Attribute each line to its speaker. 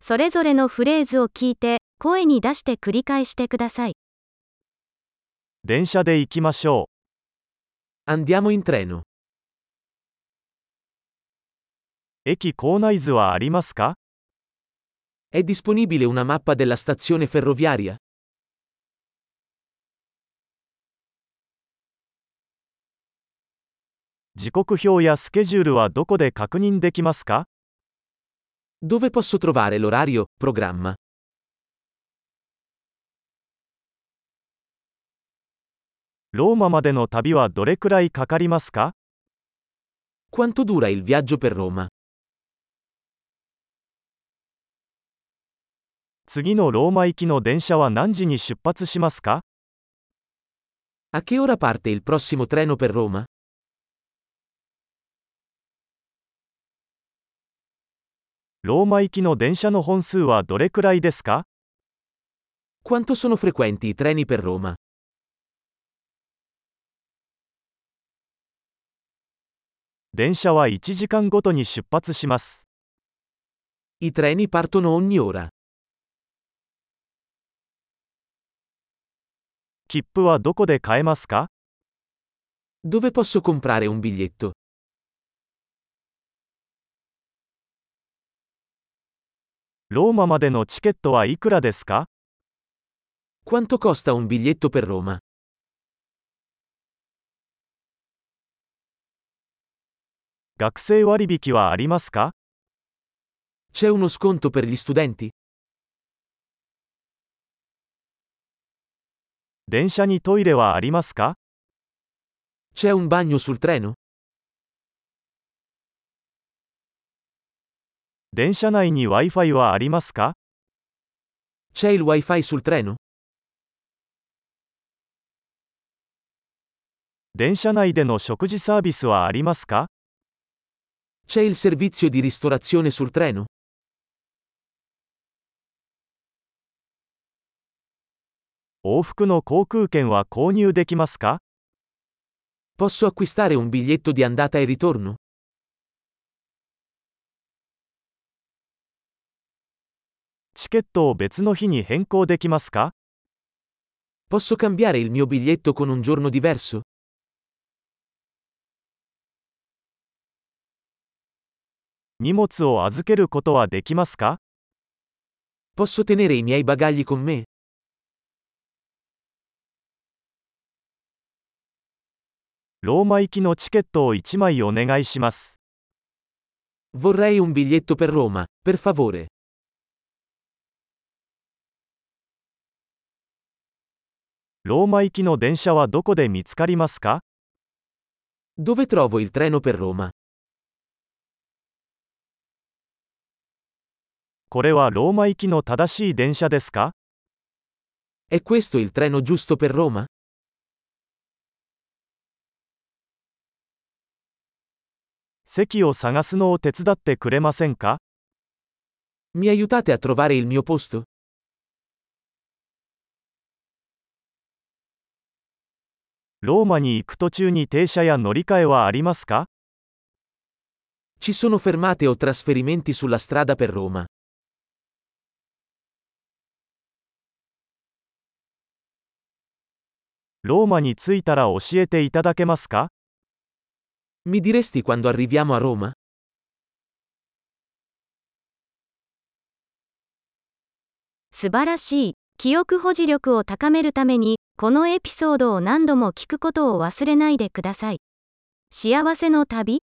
Speaker 1: それぞれのフレーズを聞いて、声に出して繰り返してください。
Speaker 2: 電車で行きましょう。
Speaker 3: Andiamo in treno.
Speaker 2: 駅構内図はありますか
Speaker 3: È disponibile una mappa della stazione ferroviaria?
Speaker 2: 時刻表やスケジュールはどこで確認できますか
Speaker 3: Dove posso trovare l'orario, programma?
Speaker 2: ローマまでの旅はどれくらいかかりますか
Speaker 3: Quanto dura il viaggio per Roma?
Speaker 2: 次のローマ行きの電車は何時に出発しますか
Speaker 3: A che ora parte il prossimo treno per Roma?
Speaker 2: ローマ行きの電車の本数はどれくらいですか
Speaker 3: Quanto sono frequenti i treni per Roma?
Speaker 2: 電車は1時間ごとに出発します。
Speaker 3: I treni partono ogni ora.
Speaker 2: 切符はどこで買えますか
Speaker 3: Dove posso comprare un biglietto?
Speaker 2: ローマまでのチケットはいくらですか
Speaker 3: Quanto costa un biglietto per Roma?
Speaker 2: 学生割引はありますか
Speaker 3: C'è uno sconto per gli studenti?
Speaker 2: 電車にトイレはありますか
Speaker 3: C'è un bagno sul treno?
Speaker 2: 電車内に Wi-Fi はありますか
Speaker 3: C'è il wifi sul treno?
Speaker 2: 電車内での食事サービスはありますか
Speaker 3: C'è il servizio di ristorazione sul treno?
Speaker 2: ?20 往復の航空券は購入できますか
Speaker 3: Posso acquistare un biglietto di andata e ritorno?
Speaker 2: チケットを別の日に変更できますか
Speaker 3: Posso cambiare il mio biglietto con un giorno diverso?
Speaker 2: 荷物を預けることはできますか
Speaker 3: Posso tenere i miei bagagli con me?
Speaker 2: ローマ行きのチケットを1枚お願いします。
Speaker 3: Vorrei un biglietto per Roma, per favore.
Speaker 2: ローマ行きの電車はどこで見つかりますか
Speaker 3: Dove trovo il treno per Roma?
Speaker 2: これはローマ行きの正しい電車ですか
Speaker 3: È questo il treno giusto per Roma?
Speaker 2: 席を探すのを手伝ってくれませんか
Speaker 3: Mi aiutate a trovare il mio posto?
Speaker 2: ローマに行く途中に停車や乗り換えはありますか
Speaker 3: Ci sono fermate o trasferimenti sulla strada per Roma?
Speaker 2: ローマに着いたら教えていただけますか
Speaker 3: Mi diresti quando arriviamo a Roma?
Speaker 1: 素晴らしい。記憶保持力を高めるために、このエピソードを何度も聞くことを忘れないでください。幸せの旅